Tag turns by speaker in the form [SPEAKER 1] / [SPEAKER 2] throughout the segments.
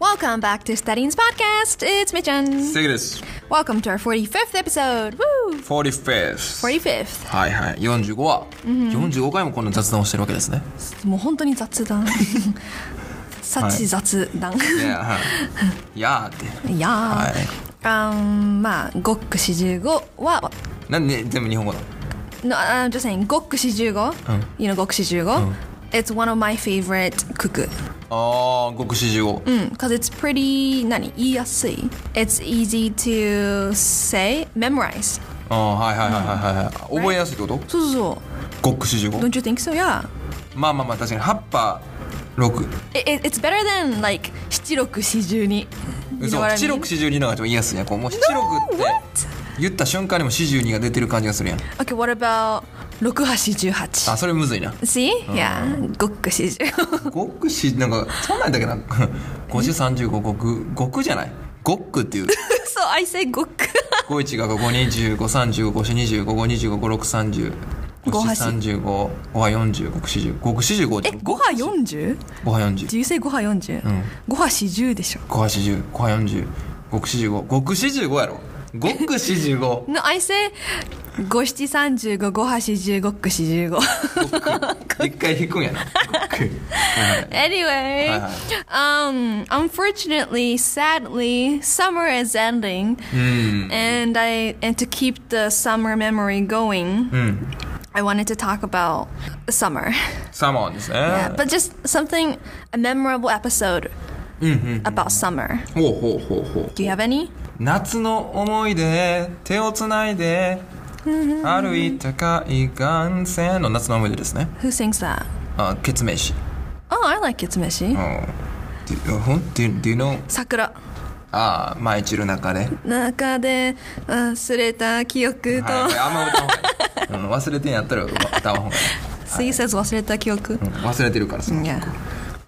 [SPEAKER 1] Welcome back to Studying's podcast. It's Michan.
[SPEAKER 2] 素敵です。
[SPEAKER 1] Welcome to our 45th episode. Woo!
[SPEAKER 2] 45th。
[SPEAKER 1] 45th.
[SPEAKER 2] はいはい。45話。45回もこんな雑談をしてるわけです ね。
[SPEAKER 1] もう本当に雑談。 サチ雑談。
[SPEAKER 2] いや、はい。いやーって。
[SPEAKER 1] いやー。
[SPEAKER 2] はい
[SPEAKER 1] あんまあ、ゴック四十五は、
[SPEAKER 2] なんで全部日本語なの
[SPEAKER 1] no, I'm just saying, ゴック四十五。You know, ゴック四十五。It's one of my favorite cook.
[SPEAKER 2] あー、極四十五。
[SPEAKER 1] Mm, Cause it's pretty, 何言いやすい。It's easy to say, memorize.
[SPEAKER 2] あー、はいはいはいはいはいはい。覚えやすいってこと
[SPEAKER 1] そうそうそ
[SPEAKER 2] 極四十
[SPEAKER 1] う。
[SPEAKER 2] 五
[SPEAKER 1] Don't you think so? Yeah.
[SPEAKER 2] まあまあまあ、確かに。葉っぱ六。
[SPEAKER 1] It, it- it's better than like 七六四十二。You
[SPEAKER 2] そ
[SPEAKER 1] know
[SPEAKER 2] う、
[SPEAKER 1] what I
[SPEAKER 2] 七
[SPEAKER 1] mean?
[SPEAKER 2] 六四十二の方がちょっと言いやすいやん。こうもう七六っ
[SPEAKER 1] No,
[SPEAKER 2] て
[SPEAKER 1] what?
[SPEAKER 2] 言った瞬間にも四十二が出てる感じがするやん。
[SPEAKER 1] Okay, what about 六八十八
[SPEAKER 2] あ、それむずいな。
[SPEAKER 1] ？See? Yeah. ゴック四十。
[SPEAKER 2] 極四なんか、そんなんだっけな。 五十三十五極、極じゃない極っていう。
[SPEAKER 1] So I say ゴッ ク。
[SPEAKER 2] 五一が五五二十五三十五四二十五五二十五五六三十五四三十五五は四十五四十五四十五
[SPEAKER 1] え、五波四十？
[SPEAKER 2] 五は四十
[SPEAKER 1] Do you say 五波四十？五波四十でしょ。
[SPEAKER 2] 五は四十五は四十五四十五五四十五やろ五四十五
[SPEAKER 1] No, I say 五七三十五五波四十ゴック四十五。
[SPEAKER 2] 一回引くんやな極
[SPEAKER 1] Anyway,
[SPEAKER 2] Hi,
[SPEAKER 1] um, unfortunately, sadly, summer is ending,
[SPEAKER 2] Hmm.
[SPEAKER 1] and I and to keep the summer memory going,
[SPEAKER 2] Hmm.
[SPEAKER 1] I wanted to talk about summer,
[SPEAKER 2] サモンですね
[SPEAKER 1] Yeah, but just something a memorable episode
[SPEAKER 2] Mm-hmm.
[SPEAKER 1] about summer.
[SPEAKER 2] ほうほうほうほう
[SPEAKER 1] Do you have any?
[SPEAKER 2] 夏の思い出手をつないで歩いた海岸線の夏の思い出ですね
[SPEAKER 1] Who sings that?
[SPEAKER 2] あケツメイシ
[SPEAKER 1] Oh, I like Kitsumeshi.
[SPEAKER 2] うん Do- ほん Do do you know
[SPEAKER 1] Sakura.
[SPEAKER 2] ああ舞い散る中で
[SPEAKER 1] 中で忘れた記憶と、
[SPEAKER 2] はい、あんま歌わんほうがいい、うん、忘れてんやったら歌わんほうがい
[SPEAKER 1] See,
[SPEAKER 2] い
[SPEAKER 1] it says 忘れた記憶。
[SPEAKER 2] うん忘れてるからさ
[SPEAKER 1] Yeah.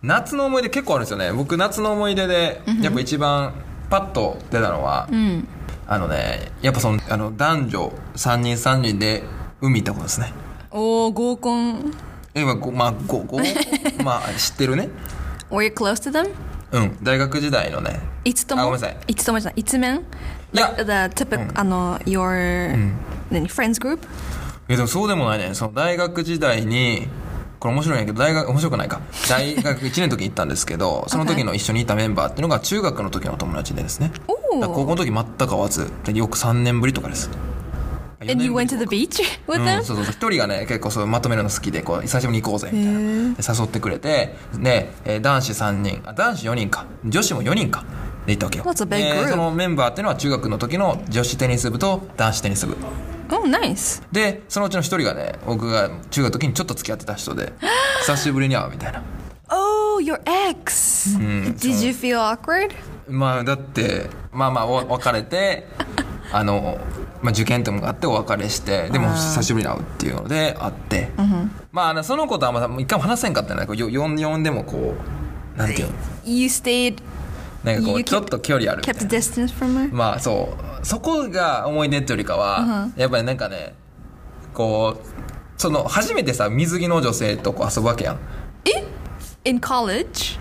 [SPEAKER 2] 夏の思い出結構あるんですよね僕夏の思い出でやっぱ一番パッと出たのは、あのねやっぱそのあの男女3人3人で海行ったことですね
[SPEAKER 1] おお合コン
[SPEAKER 2] 今ごまあごごまあ知ってるね
[SPEAKER 1] Were you close to them?
[SPEAKER 2] うん大学時代のね
[SPEAKER 1] いつとも
[SPEAKER 2] あごめんなさい
[SPEAKER 1] いつともじゃないいつ面
[SPEAKER 2] いや
[SPEAKER 1] The typical、あの your、何 friends group
[SPEAKER 2] いやでもそうでもないねその大学時代にこれ面白いんやけど大学面白くないか大学1年の時に行ったんですけ どその時の一緒にいたメンバーっていうのが中学の時のお友達でですね
[SPEAKER 1] おー
[SPEAKER 2] だから高校の時全く会わずでよく3年ぶりとかです
[SPEAKER 1] and
[SPEAKER 2] 4年
[SPEAKER 1] you
[SPEAKER 2] ぶり
[SPEAKER 1] went to the beach with
[SPEAKER 2] うん
[SPEAKER 1] them、
[SPEAKER 2] そうそうそう一人がね結構そうまとめるの好きでこう久しぶりに行こうぜみたいなで誘ってくれてで、えー男子3人あ男子4人か女子も4人かで行ったわけよ
[SPEAKER 1] That's a big
[SPEAKER 2] で
[SPEAKER 1] group
[SPEAKER 2] そのメンバーっていうのは中学の時の女子テニス部と男子テニス部
[SPEAKER 1] Oh nice
[SPEAKER 2] でそのうちの一人がね僕が中学の時にちょっと付き合ってた人 で久しぶりに会うみたいな
[SPEAKER 1] Oh your ex、Did
[SPEAKER 2] Mm,
[SPEAKER 1] you feel awkward?
[SPEAKER 2] まあだってまあまあお別れてあの、まあ、受験とかもあってお別れしてでも久しぶりに会うっていうので会って、まああのその子とあんま一回も話せんかったよねこうよ呼ん呼んでもこうなんていうの
[SPEAKER 1] You stayed
[SPEAKER 2] なんかこ
[SPEAKER 1] You
[SPEAKER 2] う
[SPEAKER 1] kept-
[SPEAKER 2] ちょっと距離あるみたい
[SPEAKER 1] kept
[SPEAKER 2] な
[SPEAKER 1] distance from her
[SPEAKER 2] まあそうそこが思い出ってよりかは、やっぱりなんかねこうその初めてさ水着の女性とこう遊ぶわけやん
[SPEAKER 1] Eh?
[SPEAKER 2] Mm.
[SPEAKER 1] in college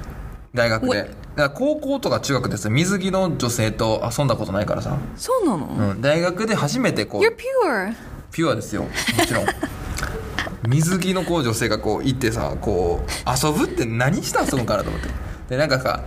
[SPEAKER 2] 大学
[SPEAKER 1] おい
[SPEAKER 2] でだから高校とか中学ですね水着の女性と遊んだことないからさ、
[SPEAKER 1] そうなの、
[SPEAKER 2] うん、大学で初めてこ
[SPEAKER 1] You're
[SPEAKER 2] う
[SPEAKER 1] pure
[SPEAKER 2] ピュアですよもちろん 水着のこう女性がこういてさこう遊ぶって何して遊ぶんかなと思ってでなんかさ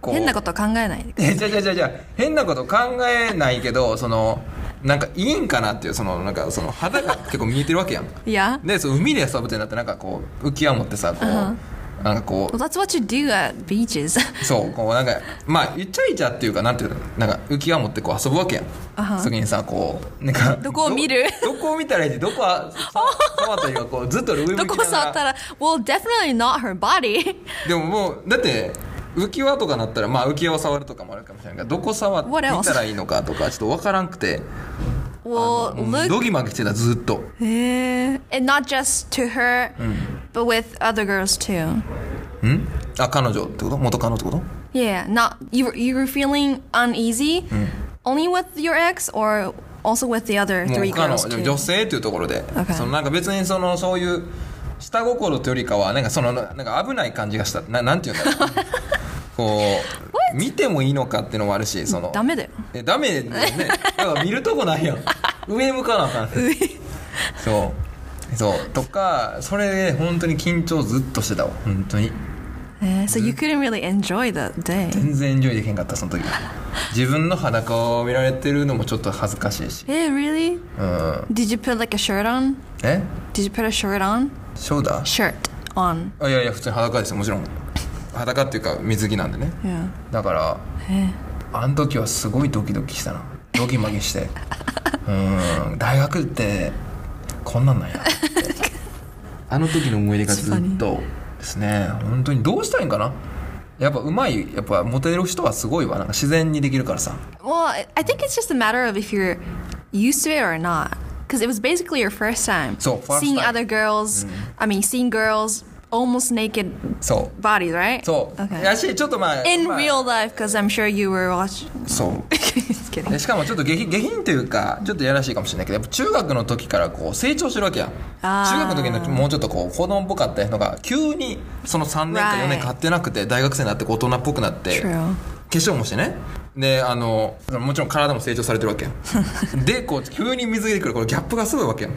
[SPEAKER 2] こう
[SPEAKER 1] 変なこと考えないで
[SPEAKER 2] いやじゃあじゃあじゃあじゃあ変なこと考えないけどそのなんかいいんかなっていうそのなんかその肌が結構見えてるわけやん
[SPEAKER 1] Yeah
[SPEAKER 2] でその海で遊ぶってなってなんかこう浮き輪持ってさこう、なんかこう
[SPEAKER 1] Well that's what you do at beaches
[SPEAKER 2] そうこうなんかまあイチャイチャっていうかなんていうのなんか浮き輪持ってこう遊ぶわけやん、その時にさこうなん か
[SPEAKER 1] どこを見る
[SPEAKER 2] どどこを見たらいいしど こは触ったらいいかこうずっと上向き
[SPEAKER 1] ど
[SPEAKER 2] ながら
[SPEAKER 1] こ触ったら Well definitely not her body
[SPEAKER 2] でももうだって浮き輪とかなったらまあ浮き輪を触るとかもあるかもしれないけどどこ触って
[SPEAKER 1] What else？
[SPEAKER 2] 見たらいいのかとかちょっと分からんくて
[SPEAKER 1] Well
[SPEAKER 2] うん
[SPEAKER 1] look
[SPEAKER 2] ドギマギしてたずっと
[SPEAKER 1] Eh, and not just to her, but with other girls too.
[SPEAKER 2] あ彼女ってこと元カノってこと
[SPEAKER 1] Yeah, not you. Were, you were feeling uneasy, only with your ex, or also with the other
[SPEAKER 2] もう
[SPEAKER 1] three
[SPEAKER 2] 他の
[SPEAKER 1] girls too.
[SPEAKER 2] 女性っていうところで、
[SPEAKER 1] Okay.
[SPEAKER 2] そのなんか別にそのそういう下心というよりかはなんかそのなんか危ない感じがしたななんていうんだろうこ見てもいいのかってのもあるしその
[SPEAKER 1] ダメだよ
[SPEAKER 2] えダメだよねだから見るとこないやん上向かなあかんねんそうそうとかそれで本当に緊張ずっとしてたわ本当に
[SPEAKER 1] Eh, so you couldn't really enjoy that day
[SPEAKER 2] 全然エンジョイできへんかったその時自分の裸を見られてるのもちょっと恥ずかしいし
[SPEAKER 1] Eh, really
[SPEAKER 2] うん
[SPEAKER 1] did you put like a shirt on
[SPEAKER 2] え
[SPEAKER 1] did you put a shirt on
[SPEAKER 2] ショーダー
[SPEAKER 1] shirt on
[SPEAKER 2] あいやいや普通に裸ですよもちろん裸っていうか水着なんでね
[SPEAKER 1] yeah eh.
[SPEAKER 2] だからあの時はすごいドキドキしたなドキマギして うん大学ってこんなんなんやってあの時の思い出がずっとですね本当にどうしたいんかなやっぱうまいやっぱモテる人はすごいわなんか自然にできるからさ
[SPEAKER 1] well I- i think it's just a matter of if you're used to it or not because it was basically your first time
[SPEAKER 2] So, first
[SPEAKER 1] seeing
[SPEAKER 2] time. Mm-hmm.
[SPEAKER 1] other girls i mean seeing girls almost naked
[SPEAKER 2] そう
[SPEAKER 1] bodies right
[SPEAKER 2] そう、
[SPEAKER 1] Okay.
[SPEAKER 2] やしちょっとまあ
[SPEAKER 1] in
[SPEAKER 2] まあ
[SPEAKER 1] real life because i'm sure you were watching
[SPEAKER 2] そう
[SPEAKER 1] just kidding
[SPEAKER 2] でしかもちょっと下品下品というかちょっとやらしいかもしれないけどやっぱ中学の時からこう成長してるわけやん
[SPEAKER 1] あー
[SPEAKER 2] 中学の時のもうちょっとこう子供っぽかった人が急にその3年か
[SPEAKER 1] Right.
[SPEAKER 2] 4年買ってなくて大学生になってこう大人っぽくなって化
[SPEAKER 1] True.
[SPEAKER 2] 粧もしてねであのもちろん体も成長されてるわけや んでこう急に水着でくるこのギャップがすごいわけやん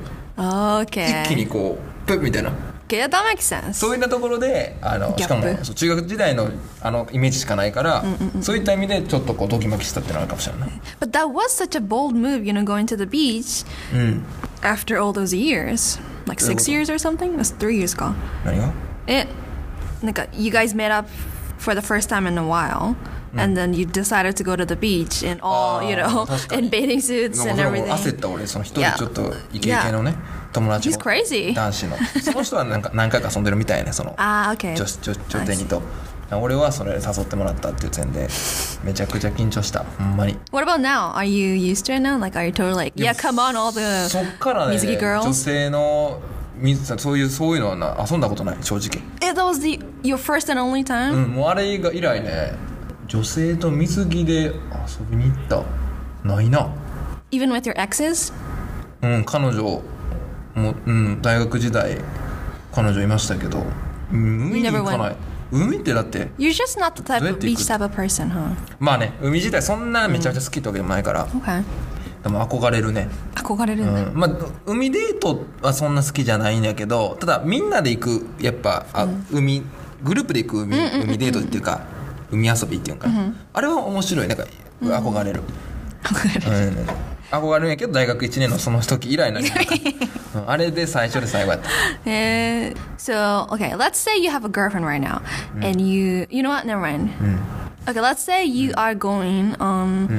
[SPEAKER 1] Okay.
[SPEAKER 2] 一気にこうプッみたいな
[SPEAKER 1] Okay, that makes sense.
[SPEAKER 2] そういったところであの
[SPEAKER 1] ギ
[SPEAKER 2] し
[SPEAKER 1] ャ
[SPEAKER 2] か
[SPEAKER 1] ップ
[SPEAKER 2] もそう中学時代のあのイメージしかないから、そういった意味でちょっとこうドキマキしたっていうのはあるかもしれない
[SPEAKER 1] but that was such a bold move, you know, going to the beach
[SPEAKER 2] Mm.
[SPEAKER 1] after all those years. Like six
[SPEAKER 2] Yeah,
[SPEAKER 1] years or something? That's three years ago.
[SPEAKER 2] 何が
[SPEAKER 1] It, like, uh, you guys met up for the first time in a while. And then you decided to go to the beach in all,
[SPEAKER 2] Ah,
[SPEAKER 1] you know,
[SPEAKER 2] that's good.
[SPEAKER 1] in bathing suits
[SPEAKER 2] なん
[SPEAKER 1] and
[SPEAKER 2] かそれも
[SPEAKER 1] everything.
[SPEAKER 2] 焦った俺その一人
[SPEAKER 1] Yeah.
[SPEAKER 2] ちょっとイケイケのね友達を
[SPEAKER 1] He's crazy.
[SPEAKER 2] 男子のその人はなんか何回か遊んでるみたいねそ の
[SPEAKER 1] Ah, okay.
[SPEAKER 2] 女子女女手にと俺はそれ誘ってもらったっていう点でめちゃくちゃ緊張したほんまに
[SPEAKER 1] What about now? Are you used to it now? Like, are you totally like, yeah, come on, all the
[SPEAKER 2] そっからね
[SPEAKER 1] Mizuki
[SPEAKER 2] 女
[SPEAKER 1] girls?
[SPEAKER 2] 性の水そういうそういうのはな遊んだことない正直
[SPEAKER 1] Eh, that was the your first and only
[SPEAKER 2] う
[SPEAKER 1] time?
[SPEAKER 2] んもうあれが以来ね女性と水着で遊びに行ったないな
[SPEAKER 1] Even with your exes?
[SPEAKER 2] うん、彼女も、うん、大学時代彼女いましたけどうん海に行かない
[SPEAKER 1] Never
[SPEAKER 2] 海ってだって
[SPEAKER 1] You're just not the type of
[SPEAKER 2] Duete
[SPEAKER 1] beach
[SPEAKER 2] could-
[SPEAKER 1] type of person, huh?
[SPEAKER 2] まあね海自体そんなめちゃめちゃ好きってわけでもないから、
[SPEAKER 1] Okay.
[SPEAKER 2] でも憧れるね、
[SPEAKER 1] 憧れるん
[SPEAKER 2] う
[SPEAKER 1] だ。
[SPEAKER 2] んまあ、海デートはそんな好きじゃないんやけどただみんなで行くやっぱあ、海グループで行く海,、海デートっていうか海遊びっていうか、あれは面白いなんか憧れる、
[SPEAKER 1] 憧れる。
[SPEAKER 2] うん、憧れるんやけど大学1年のその時以来なりなかった、うんあれで最初で最後やった
[SPEAKER 1] えー Eh, so, okay, let's say you have a girlfriend right now, and you, you know what? Never mind. Okay, let's say you are going on,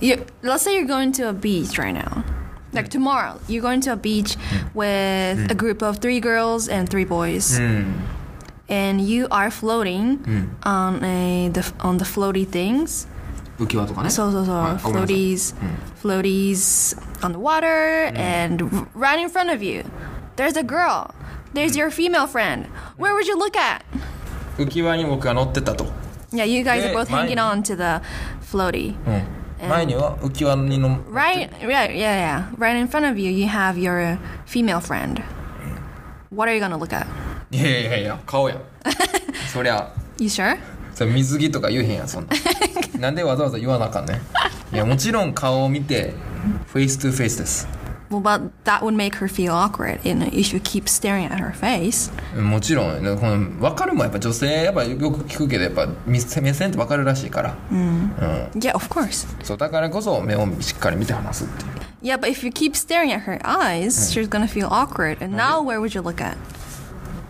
[SPEAKER 1] you, let's say you're going to a beach right now. Like tomorrow, you're going to a beach with a group of three girls and three boys,
[SPEAKER 2] うん、
[SPEAKER 1] and you are floating on a the, on the floaty things.
[SPEAKER 2] 浮き輪とかね
[SPEAKER 1] So so so
[SPEAKER 2] はいごめんなさい
[SPEAKER 1] floaties, floaties on the water
[SPEAKER 2] Hmm.
[SPEAKER 1] and r- right in front of you. There's a girl. There's your female friend. Where would you look at?
[SPEAKER 2] 浮き輪に僕が乗ってたと、
[SPEAKER 1] Yeah, you guys are
[SPEAKER 2] Yeah,
[SPEAKER 1] both hanging on
[SPEAKER 2] mine.
[SPEAKER 1] to the floaty.
[SPEAKER 2] うん、前には浮き輪にの
[SPEAKER 1] Right, yeah, yeah, yeah. Right in front of you, you have your female friend. What are you gonna look at?
[SPEAKER 2] いやいやいや顔 やんそりゃ
[SPEAKER 1] You sure?
[SPEAKER 2] それ水着とか言えへんやんそん なんなんでわざわざ言わなあかんねんいやもちろん顔を見てフェイストゥフェイスです
[SPEAKER 1] Well, but that would make her feel awkward, you know, if you keep staring at her face.
[SPEAKER 2] もちろんこの分かるもんやっぱ女性やっぱよく聞くけどやっぱ目線目線って分かるらしいから、
[SPEAKER 1] Yeah, of course.
[SPEAKER 2] そうだからこそ目をしっかり見て話すっていう
[SPEAKER 1] Yeah, but if you keep staring at her eyes, she's gonna feel awkward. And now, where would you look at?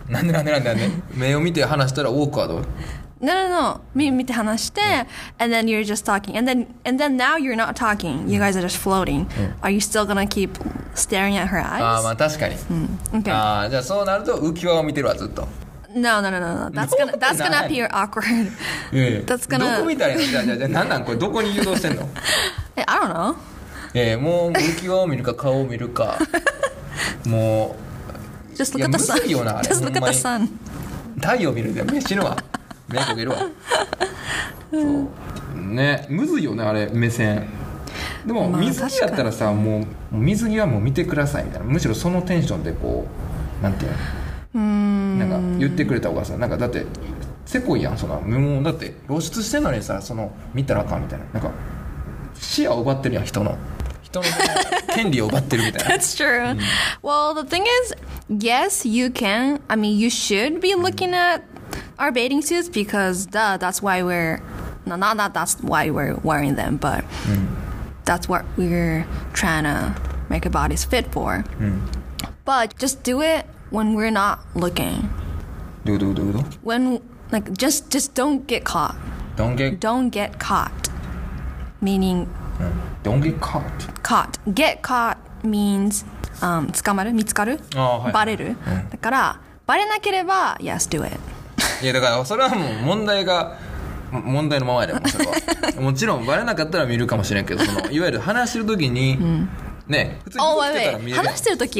[SPEAKER 2] なんでなんでなんでなんで 目を見て話したらオークワード
[SPEAKER 1] No, no, no. み見て話して、and then you're just talking, and then and then now you're not talking. You guys are just floating. Are you still gonna keep staring at her
[SPEAKER 2] ああま
[SPEAKER 1] eyes?
[SPEAKER 2] あ確かに、uh,
[SPEAKER 1] Okay.
[SPEAKER 2] ああじゃあそうなると浮き輪を見てるわずっと
[SPEAKER 1] No, no, no, no, no. That's
[SPEAKER 2] No,
[SPEAKER 1] gonna that's gonna
[SPEAKER 2] not.
[SPEAKER 1] appear awkward.
[SPEAKER 2] いやいや
[SPEAKER 1] That's
[SPEAKER 2] どこ
[SPEAKER 1] gonna.
[SPEAKER 2] 見たらいいのじゃあじゃあじゃあ何なんこれどこに誘導してんの
[SPEAKER 1] Eh, I don't know.
[SPEAKER 2] えー、もう浮き輪を見るか顔を見るかも
[SPEAKER 1] Just
[SPEAKER 2] Yeah,
[SPEAKER 1] look at the
[SPEAKER 2] must
[SPEAKER 1] sun.
[SPEAKER 2] be on that,
[SPEAKER 1] Just look at the
[SPEAKER 2] my-
[SPEAKER 1] sun.
[SPEAKER 2] う太陽見るんだよ目死ぬわ目焦げるわそうねむずいよねあれ目線でも
[SPEAKER 1] まあ
[SPEAKER 2] 水着やったらさ、もう水着はもう見てくださいみたいなむしろそのテンションでこうなんていうのなんか言ってくれた方がさなんかだってせこいやんそんなもうだって露出してんのにさその見たらあかんみたいななんか視野を奪ってるやん人の人 の権利を奪ってるみたいな
[SPEAKER 1] That's true. Well, the thing is, yes, you can. I mean, you should be looking at our bathing suits because, duh, that's why we're no, not that that's why we're wearing them, but that's what we're trying to make our bodies fit for. But just do it when we're not looking.
[SPEAKER 2] どうどうどうどう
[SPEAKER 1] When like just just don't get caught.
[SPEAKER 2] Don't get
[SPEAKER 1] Don't get caught. Meaning
[SPEAKER 2] Don't get caught
[SPEAKER 1] caught. Get caught means um, うん捕まる見つかる
[SPEAKER 2] あーはい
[SPEAKER 1] バレる、
[SPEAKER 2] Mm.
[SPEAKER 1] だからバレなければ Yes, do it
[SPEAKER 2] いやだからそれはもう問題がも問題のままやでもうそれ はもちろんバレなかったら見るかもしれんけどそのいわゆる話してる時に、ね普通に
[SPEAKER 1] Oh,
[SPEAKER 2] 服着てたら
[SPEAKER 1] wait,
[SPEAKER 2] 見
[SPEAKER 1] wait
[SPEAKER 2] れるやん
[SPEAKER 1] 話してる時、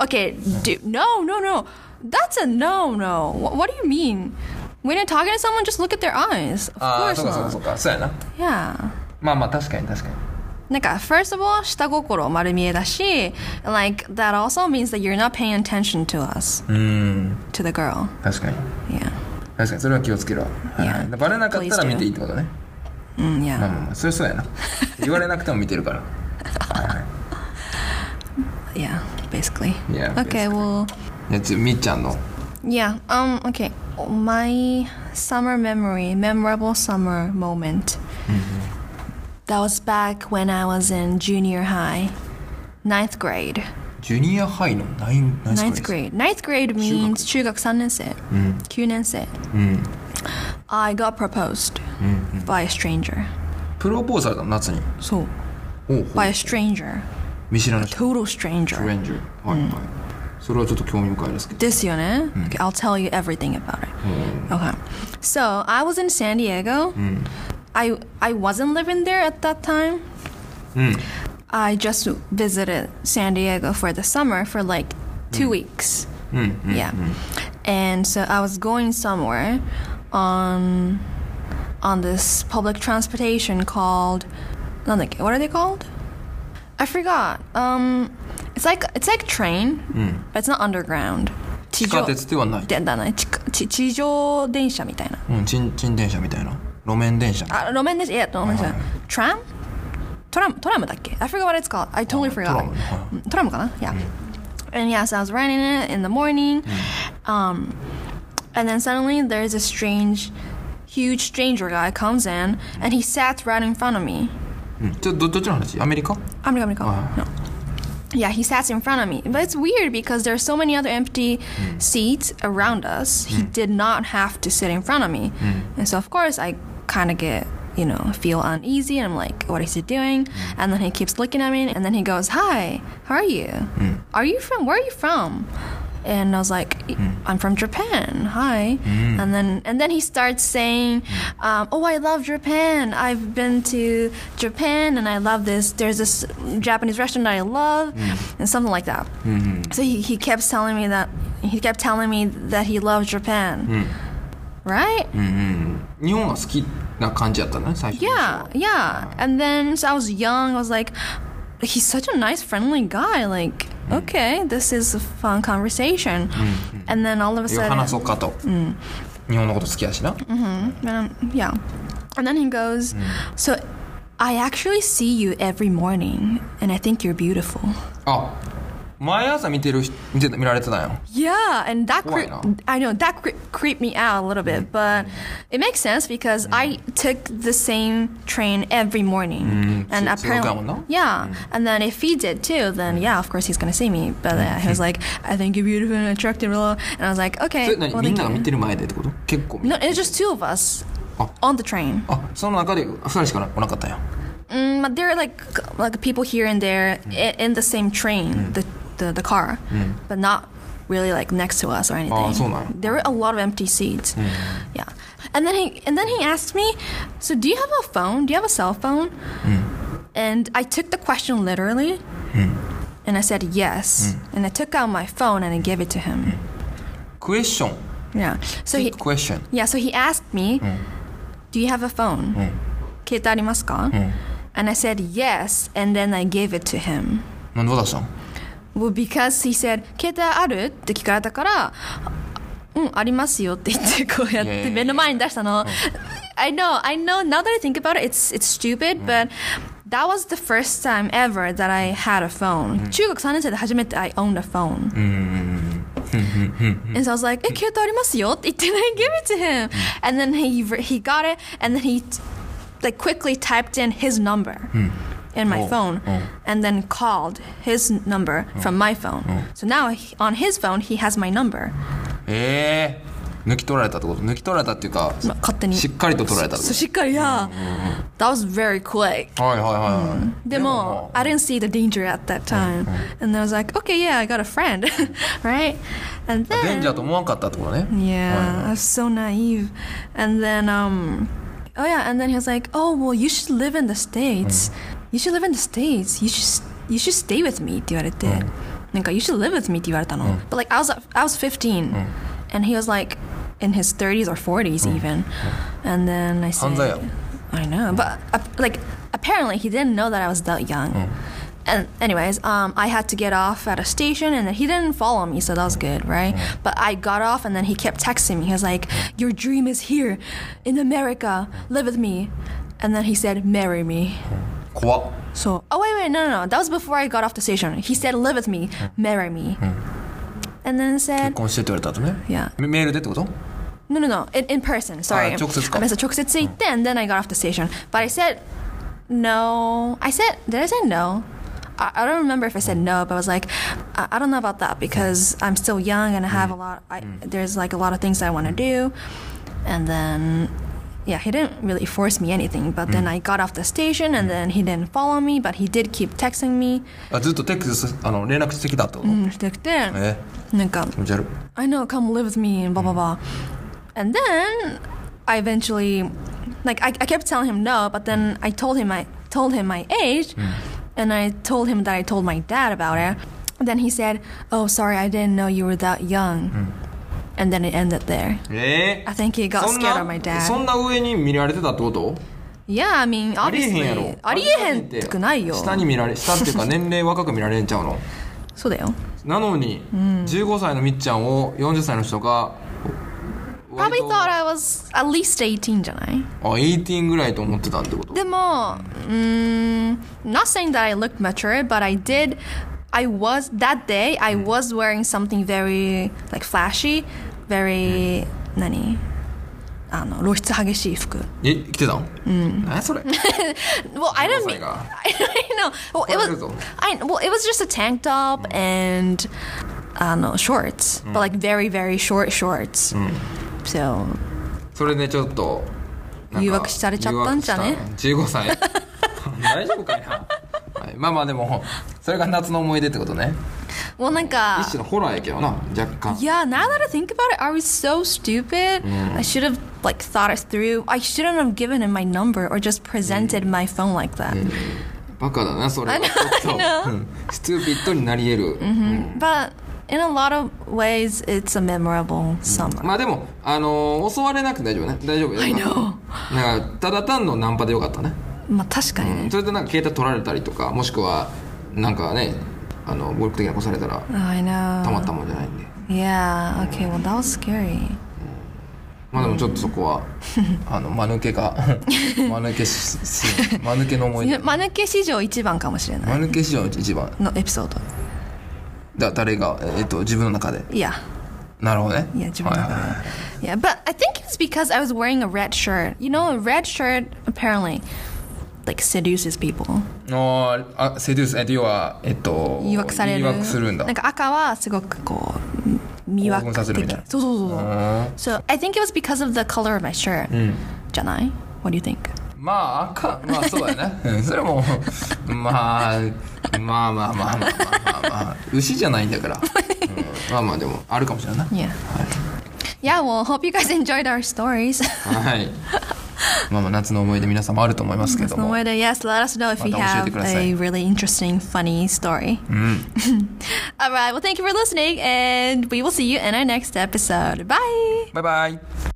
[SPEAKER 1] Okay,
[SPEAKER 2] Mm.
[SPEAKER 1] do, no, no, no That's a no, no What, what do you mean? When you're talking to someone, just look at their eyes Of
[SPEAKER 2] ああ
[SPEAKER 1] course
[SPEAKER 2] そうかそうかそう
[SPEAKER 1] not
[SPEAKER 2] かそうやな
[SPEAKER 1] Yeah
[SPEAKER 2] まあまあ確かに確かに
[SPEAKER 1] なんか First of all, 下心丸見えだし Like, that also means that you're not paying attention to us
[SPEAKER 2] うーん
[SPEAKER 1] To the girl
[SPEAKER 2] 確かに
[SPEAKER 1] Yeah
[SPEAKER 2] 確かにそれは気をつけるわ、はい
[SPEAKER 1] いや
[SPEAKER 2] バレなかったら
[SPEAKER 1] Please do
[SPEAKER 2] 見ていいってことね
[SPEAKER 1] うん、Yeah Mm,
[SPEAKER 2] まあまあまあそれそうやな言われなくても見てるから はいはい
[SPEAKER 1] Yeah, basically.
[SPEAKER 2] Yeah,
[SPEAKER 1] Okay,
[SPEAKER 2] basically.
[SPEAKER 1] well,
[SPEAKER 2] いやちみっちゃんの
[SPEAKER 1] yeah. Um, okay. My summer memory, memorable summer moment. Mm-hmm. That was back when I was in junior high, ninth grade.
[SPEAKER 2] ジュニアハイのナインナイ
[SPEAKER 1] Ninth
[SPEAKER 2] スクレイ
[SPEAKER 1] grade. Mm-hmm. Ninth grade means 中学3年生, 9年生. I got proposed by a stranger.
[SPEAKER 2] プロポーズされたの夏に
[SPEAKER 1] So,
[SPEAKER 2] おうほう
[SPEAKER 1] by a stranger,
[SPEAKER 2] 見知らぬ人
[SPEAKER 1] total stranger.
[SPEAKER 2] レンジャーはいはい、それはちょっと興味深いですけど
[SPEAKER 1] this unit. Okay, I'll tell you everything about it. Okay. So I was in San Diego. I I wasn't living there at that time. I just visited San Diego for the summer for like two weeks. yeah. And so I was going somewhere on on this public transportation called なんだっけ? what are they called? I forgot. Um, it's like it's like train, but it's not underground. 地
[SPEAKER 2] 地下鉄ではない
[SPEAKER 1] でだね地下地地上電車みたいな。
[SPEAKER 2] うんちんちん電車みたいな路面電車
[SPEAKER 1] あ路面電車いや路面電
[SPEAKER 2] はい
[SPEAKER 1] 車
[SPEAKER 2] はい。
[SPEAKER 1] トラム？トラムトラムだっけ？I forgot what it's called. I totally
[SPEAKER 2] トラ
[SPEAKER 1] forgot.
[SPEAKER 2] ムねはい
[SPEAKER 1] うんトラムかな？Yeah. And yeah, so I was riding it in the morning, um, and then suddenly there's a strange, huge stranger guy comes in, and he sat right in front of me.
[SPEAKER 2] うんちょどどっちの話アメリカ
[SPEAKER 1] I'm not gonna go.
[SPEAKER 2] Uh-huh.
[SPEAKER 1] No. Yeah, he sat in front of me. But it's weird because there's so many other empty seats around us. He did not have to sit in front of me. And so of course I kinda get you know, feel uneasy and I'm like, what is he doing? And then he keeps looking at me and then he goes, Hi, how are you? Are you from where are you from? And I was like, I'm from Japan. Hi. And then and then he starts saying, um, "Oh, I love Japan. I've been to Japan, and I love this. There's this Japanese restaurant that I love, and something like that." So he, he kept telling me that he kept telling me that he loved Japan, right?
[SPEAKER 2] 日本が好きな感じやったね最初
[SPEAKER 1] Yeah, yeah. And then so I was young. I was like, he's such a nice, friendly guy. Like, okay, this is a fun conversation. And then all of a
[SPEAKER 2] いや
[SPEAKER 1] sudden,
[SPEAKER 2] 話そうかと、日本のこと好きやしな、
[SPEAKER 1] um, yeah. And then he goes,
[SPEAKER 2] Hmm.
[SPEAKER 1] so I actually see you every morning, and I think you're beautiful.
[SPEAKER 2] あ毎朝見てる人見てた見られてたんや
[SPEAKER 1] Yeah, and that
[SPEAKER 2] Why
[SPEAKER 1] creep
[SPEAKER 2] not? Hmm.
[SPEAKER 1] I know that cre- creeped me out a little bit, but it makes sense because I took the same train every morning, and
[SPEAKER 2] Hmm. so-
[SPEAKER 1] apparently,
[SPEAKER 2] so that one, no?
[SPEAKER 1] yeah. And then if he did too,
[SPEAKER 2] Hmm.
[SPEAKER 1] then yeah, of course he's gonna see me. But uh, he was like, "I think you're beautiful and attractive," blah, blah, blah. and I was like,
[SPEAKER 2] そ
[SPEAKER 1] "Okay,
[SPEAKER 2] れ何
[SPEAKER 1] well,
[SPEAKER 2] みん
[SPEAKER 1] thank
[SPEAKER 2] なが見
[SPEAKER 1] you."
[SPEAKER 2] てる前でってこと結構
[SPEAKER 1] No, it's just two of us
[SPEAKER 2] Oh.
[SPEAKER 1] on the train.
[SPEAKER 2] あその中で2人しかおなかったんや
[SPEAKER 1] Mm, but there are like like people here and there i in the same train, the, the the car, but not really like next to us or anything.
[SPEAKER 2] so nice.
[SPEAKER 1] There were a lot of empty seats. Yeah, and then he and then he asked me, "So do you have a phone? Do you have a cell phone?" And I took the question literally, and I said yes, and I took out my phone and I gave it to him.
[SPEAKER 2] クエスチョン
[SPEAKER 1] Yeah. So he
[SPEAKER 2] クエスチョン
[SPEAKER 1] yeah, so he asked me, "Do you have a phone?" And I said yes, and then I gave it to him.
[SPEAKER 2] なんで渡したん
[SPEAKER 1] Well, because he said, 携帯あるって聞かれたから、うんありますよって言ってこうやっ
[SPEAKER 2] いやいやい
[SPEAKER 1] て
[SPEAKER 2] や
[SPEAKER 1] 目の前に出したの I know I know now that I think about it it's it's stupid but That was the first time ever that I had a phone. 中学3年生で初めて I owned a phone.
[SPEAKER 2] うん
[SPEAKER 1] And so I was like, "Eh, 携帯ありますよって言って、I give it to him." And then he he got it, and then he like quickly typed in his number in my
[SPEAKER 2] Oh,
[SPEAKER 1] phone,
[SPEAKER 2] oh.
[SPEAKER 1] and then called his number from my phone.
[SPEAKER 2] Oh.
[SPEAKER 1] So now he- on his phone he has my number.
[SPEAKER 2] ええ抜き取られたってこと抜き取られたっていうか
[SPEAKER 1] まあ勝手に
[SPEAKER 2] しっかりと取られたって
[SPEAKER 1] そう
[SPEAKER 2] こ
[SPEAKER 1] しっかり
[SPEAKER 2] Oh,
[SPEAKER 1] や。That was very quick.
[SPEAKER 2] とはいはいはいはい
[SPEAKER 1] でも、
[SPEAKER 2] まあ
[SPEAKER 1] I didn't see the danger at that
[SPEAKER 2] Oh,
[SPEAKER 1] time. And I was like, okay, yeah, I got a friend. right? And
[SPEAKER 2] デ
[SPEAKER 1] then.
[SPEAKER 2] ンジャーと思わんかったってことね
[SPEAKER 1] Yeah, I was so naive. And then, um, oh yeah, and then he was like, "Oh well, you should live in the states. You should live in the states. You should you should stay with me." って言われて、なんか "You should live with me." って言われたの。But like I was I was 15, and he was like in his 30s or 40s even. And then I said,
[SPEAKER 2] 犯罪やろ
[SPEAKER 1] "I know," but uh, like apparently he didn't know that I was that young. And anyways, um, I had to get off at a station, and then he didn't follow me, so that was good, right? But I got off, and then he kept texting me. He was like, "Your dream is here, in America. Live with me." And then he said, "Marry me."
[SPEAKER 2] 怖っ
[SPEAKER 1] So, oh wait, wait, no, no, no, that was before I got off the station. He said, "Live with me, marry me," and then
[SPEAKER 2] 結
[SPEAKER 1] said,
[SPEAKER 2] 婚してって言われたとね
[SPEAKER 1] Yeah.
[SPEAKER 2] メメールでってこと
[SPEAKER 1] "No, no, no, in, in person. Sorry."
[SPEAKER 2] 直接か
[SPEAKER 1] I said, "直接行って," and then I got off the station. But I said, "No." I said, "Did I say no?" I, I don't remember if I said no, but I was like, I, "I don't know about that because I'm still young and I have a lot. I, there's like a lot of things I want to do," and then. Yeah, he didn't really force me anything, but then I got off the station and then he didn't follow me, but he did keep texting me.
[SPEAKER 2] あずっとテックスあの連絡してきたってこと、
[SPEAKER 1] うんしてきて、
[SPEAKER 2] え
[SPEAKER 1] なんか
[SPEAKER 2] ー、じゃあ
[SPEAKER 1] 「I know come live with me」and blah blah blah and then I eventually like I, I kept telling him no but then I told him I told him my age and I told him that I told my dad about it then he said oh sorry I didn't know you were that young and then it ended there
[SPEAKER 2] えー
[SPEAKER 1] I think he got
[SPEAKER 2] そん
[SPEAKER 1] scared of my
[SPEAKER 2] な
[SPEAKER 1] dad
[SPEAKER 2] そんな上に見られてたってこと
[SPEAKER 1] yeah I mean
[SPEAKER 2] ありえへんやろ
[SPEAKER 1] obviously ありえへんくないよ
[SPEAKER 2] 下に見られ下っていうか年齢若く見られんちゃ うの
[SPEAKER 1] そうだよ
[SPEAKER 2] なのに、15歳のみっちゃんを40歳の人が
[SPEAKER 1] probably
[SPEAKER 2] 割と
[SPEAKER 1] thought I was at least 18じゃない
[SPEAKER 2] あ18ぐらいと思ってたってこと
[SPEAKER 1] でも、うーん not saying that I looked mature, but I did, I was, that day, I was wearing something very, like, flashy, very, 何あの、露出激しい服。
[SPEAKER 2] え来てたんうん何 やそれ
[SPEAKER 1] Well, I don't mean,
[SPEAKER 2] 15歳が
[SPEAKER 1] I know. Well, it
[SPEAKER 2] 怒られるぞ
[SPEAKER 1] was, I, well, it was just a tank top and, あの、shorts, but like very, very short shorts. So,
[SPEAKER 2] それでちょっとなんか
[SPEAKER 1] 誘惑されちゃったんじゃね
[SPEAKER 2] 誘惑した15歳大丈夫かいな、はい、まあまあでもそれが夏の思い出ってことね
[SPEAKER 1] well, uh, なんか、
[SPEAKER 2] 一種のホラーやけどな若干
[SPEAKER 1] Yeah, now that I think about it, I was so stupid. I should have like thought it through. I shouldn't have given him my number or just presented my phone like that.
[SPEAKER 2] バカだなそれは
[SPEAKER 1] I know,
[SPEAKER 2] ちょっと、うんストゥーピッドになり得る、
[SPEAKER 1] Mm. But in a lot of ways, it's a memorable summer.
[SPEAKER 2] まあでもあのー襲われなくて大丈夫ね大丈夫よ
[SPEAKER 1] I know.
[SPEAKER 2] なんかただ単のナンパでよかったね
[SPEAKER 1] まあ確かにね。
[SPEAKER 2] それでなんか携帯取られたりとかもしくはなんかねあの暴力的なことされたら
[SPEAKER 1] I know.
[SPEAKER 2] たまったもんじゃないんで
[SPEAKER 1] Yeah. Okay. Well, that was scary.
[SPEAKER 2] まあでもちょっとそこはあの間抜 けが間抜けしし間抜けの思い
[SPEAKER 1] い
[SPEAKER 2] 出
[SPEAKER 1] や間抜け史上一番かもしれな
[SPEAKER 2] 間
[SPEAKER 1] い
[SPEAKER 2] 抜け史上の一番
[SPEAKER 1] のエピソード。
[SPEAKER 2] だ誰が、えっと自分の中で
[SPEAKER 1] Yeah.
[SPEAKER 2] なるほどね
[SPEAKER 1] Yeah, 自分の
[SPEAKER 2] はいはいはい
[SPEAKER 1] 中で。Yeah, but I think it's because I was wearing a red shirt. You know, a red shirt apparently like seduces people.
[SPEAKER 2] あーあセデュースえっと要はえっと
[SPEAKER 1] 誘惑される
[SPEAKER 2] 誘惑するんだ
[SPEAKER 1] なんか赤はすごくこう魅惑
[SPEAKER 2] 興奮させるみたいな
[SPEAKER 1] そうそうそう
[SPEAKER 2] う
[SPEAKER 1] そう
[SPEAKER 2] ーん Mm.
[SPEAKER 1] So I think it was because of the color of my shirt、じゃない What do you think?
[SPEAKER 2] まあ赤まあそうだよ ねうんそれはもうまあまあまあまあまあまあまあ、まあ、牛じゃないんだから、うんまあまあでもあるかもしれないな
[SPEAKER 1] Yeah Yeah, well, hope you guys enjoyed our stories.
[SPEAKER 2] はいまあまあ夏の思い出皆さんもあると思いますけど
[SPEAKER 1] So
[SPEAKER 2] も
[SPEAKER 1] whether- yes, let us know if you
[SPEAKER 2] また教え
[SPEAKER 1] have
[SPEAKER 2] てください
[SPEAKER 1] a really interesting, funny story.
[SPEAKER 2] Mm.
[SPEAKER 1] All right, well, thank you for listening, and we will see you in our next episode. Bye!
[SPEAKER 2] バイバイ